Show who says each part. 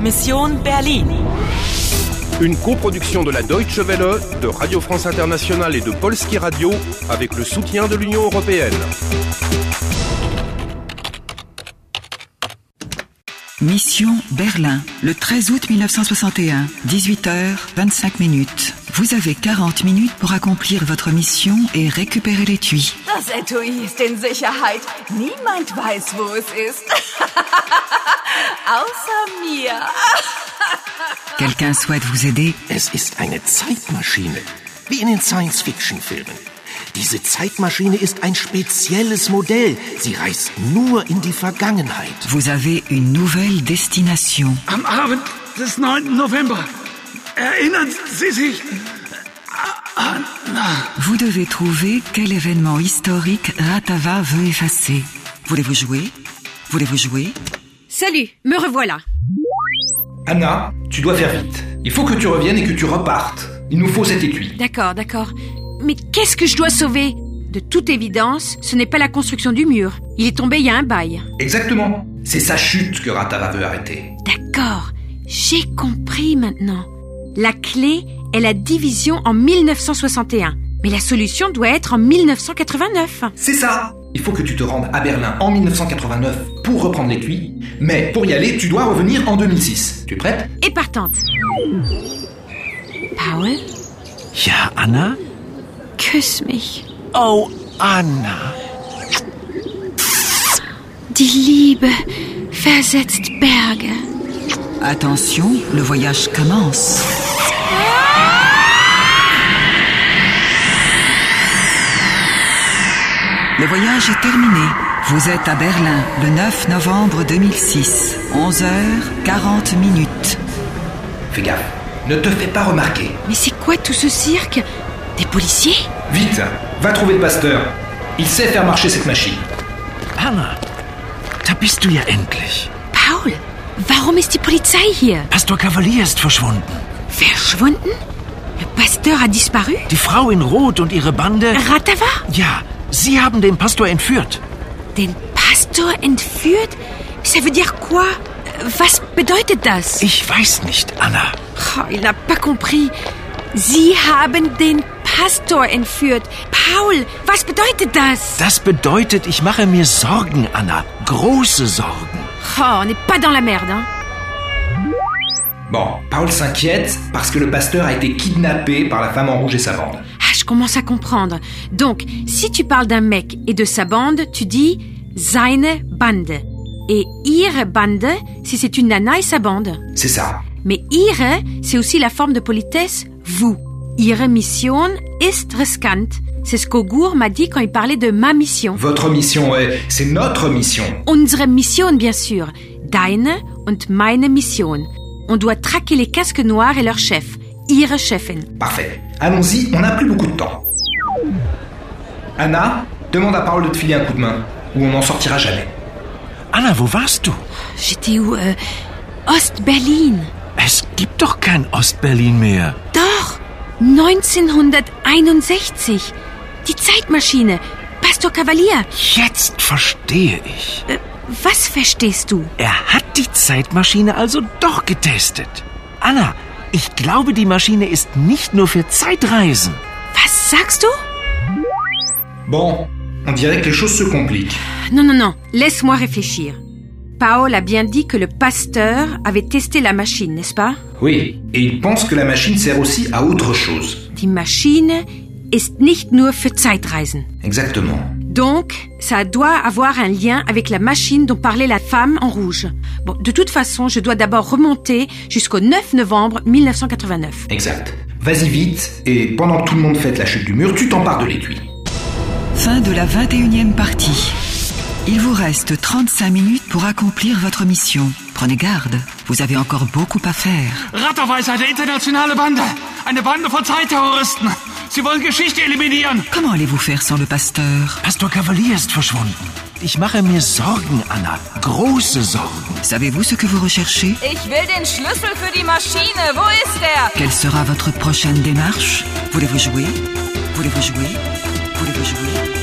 Speaker 1: Mission Berlin.
Speaker 2: Une coproduction de la Deutsche Welle, de Radio France Internationale et de Polski Radio avec le soutien de l'Union européenne.
Speaker 3: Mission Berlin, le 13 août 1961, 18h25 minutes. Vous avez 40 minutes pour accomplir votre mission et récupérer l'étui.
Speaker 4: Das Etui ist in Sicherheit. Niemand weiß, wo es ist. Außer mir.
Speaker 3: Quelqu'un souhaite vous aider
Speaker 5: Es ist eine Zeitmaschine, wie in den Science-Fiction-Filmen. Diese Zeitmaschine ist ein spezielles Modell. Sie reist nur in die Vergangenheit.
Speaker 3: Vous avez une nouvelle destination.
Speaker 6: Am Abend des 9. November. Erinnern Sie sich?
Speaker 3: Vous devez trouver quel événement historique Ratava veut effacer. Voulez-vous jouer Voulez-vous jouer
Speaker 7: Salut, me revoilà.
Speaker 8: Anna, tu dois faire vite. Il faut que tu reviennes et que tu repartes. Il nous faut cet étui.
Speaker 7: D'accord, d'accord. Mais qu'est-ce que je dois sauver De toute évidence, ce n'est pas la construction du mur. Il est tombé il y a un bail.
Speaker 8: Exactement. C'est sa chute que Ratava veut arrêter.
Speaker 7: D'accord, j'ai compris maintenant. La clé est la division en 1961. Mais la solution doit être en 1989.
Speaker 8: C'est ça. Il faut que tu te rendes à Berlin en 1989 pour reprendre l'étui. Mais pour y aller, tu dois revenir en 2006. Tu es prête
Speaker 7: Et partante. Bah Paul,
Speaker 5: Ja, Anna?
Speaker 7: küsse mich.
Speaker 5: Oh, Anna.
Speaker 7: Die Liebe versetzt Berge.
Speaker 3: Attention, le voyage commence. Le voyage est terminé. Vous êtes à Berlin le 9 novembre 2006, 11h40 minutes.
Speaker 8: Fais gaffe. Ne te fais pas remarquer.
Speaker 7: Mais c'est quoi tout ce cirque Des policiers
Speaker 8: Vite, va trouver le pasteur. Il sait faire marcher cette machine.
Speaker 5: Anna, da bist du ja endlich.
Speaker 7: Paul, warum ist die Polizei hier?
Speaker 5: Pastor Cavalier ist verschwunden.
Speaker 7: Verschwunden? Le Pasteur a disparu?
Speaker 5: Die Frau in Rot und ihre Bande.
Speaker 7: Ratava?
Speaker 5: Ja, sie haben den Pastor entführt.
Speaker 7: Den Pastor entführt? Ça veut dire quoi? Was bedeutet das?
Speaker 5: Ich weiß nicht, Anna.
Speaker 7: Oh, il n'a pas compris. Sie haben den Pastor entführt. Paul, was bedeutet das?
Speaker 5: Das bedeutet, ich mache mir Sorgen, Anna. Große Sorgen.
Speaker 7: Oh, on n'est pas dans la merde, hein?
Speaker 8: Bon, Paul s'inquiète parce que le pasteur a été kidnappé par la femme en rouge et sa bande.
Speaker 7: Ah, je commence à comprendre. Donc, si tu parles d'un mec et de sa bande, tu dis seine Bande. Et ihre Bande, si c'est une nana et sa bande.
Speaker 8: C'est ça.
Speaker 7: Mais ihre, c'est aussi la forme de politesse vous. Ihre Mission ist riskant. C'est ce qu'Augur m'a dit quand il parlait de ma mission.
Speaker 8: Votre mission est... C'est notre mission.
Speaker 7: Unsere Mission, bien sûr. Deine und meine Mission. On doit traquer les casques noirs et leurs chefs. Ihre Chefin.
Speaker 8: Parfait. Allons-y, on n'a plus beaucoup de temps. Anna, demande à Paul de te filer un coup de main, ou on n'en sortira jamais.
Speaker 5: Anna, wo warst du?
Speaker 7: J'étais où euh, Ost-Berlin.
Speaker 5: Es gibt doch kein Ostberlin mehr.
Speaker 7: Doch, 1961. Die Zeitmaschine. Pastor Cavalier,
Speaker 5: Jetzt verstehe ich.
Speaker 7: äh, was verstehst du?
Speaker 5: Er hat die Zeitmaschine also doch getestet. Anna, ich glaube, die Maschine ist nicht nur für Zeitreisen.
Speaker 7: Was sagst du?
Speaker 8: Bon, on dirait que les choses se compliquent.
Speaker 7: Non, non, non, laisse-moi réfléchir. Paul a bien dit que le pasteur avait testé la machine, n'est-ce pas
Speaker 8: Oui, et il pense que la machine sert aussi à autre chose.
Speaker 7: Die Maschine ist nicht nur für Zeitreisen.
Speaker 8: Exactement.
Speaker 7: Donc, ça doit avoir un lien avec la machine dont parlait la femme en rouge. Bon, de toute façon, je dois d'abord remonter jusqu'au 9 novembre 1989.
Speaker 8: Exact. Vas-y vite, et pendant que tout le monde fête la chute du mur, tu t'empares de l'étui.
Speaker 3: Fin de la 21e partie. Il vous reste 35 minutes pour accomplir votre mission. Prenez garde, vous avez encore beaucoup à faire.
Speaker 6: Ratterweis ist eine internationale Bande. Eine Bande von Zeitterroristen. Sie wollen Geschichte eliminieren.
Speaker 3: Comment allez-vous faire sans le pasteur
Speaker 5: Pastor Cavalier ist verschwunden. Ich mache mir Sorgen, Anna. Große Sorgen.
Speaker 3: Savez-vous ce que vous recherchez
Speaker 4: Ich will den Schlüssel für die Maschine. Wo ist er?
Speaker 3: Quelle sera votre prochaine démarche Voulez-vous jouer Voulez-vous jouer Voulez-vous jouer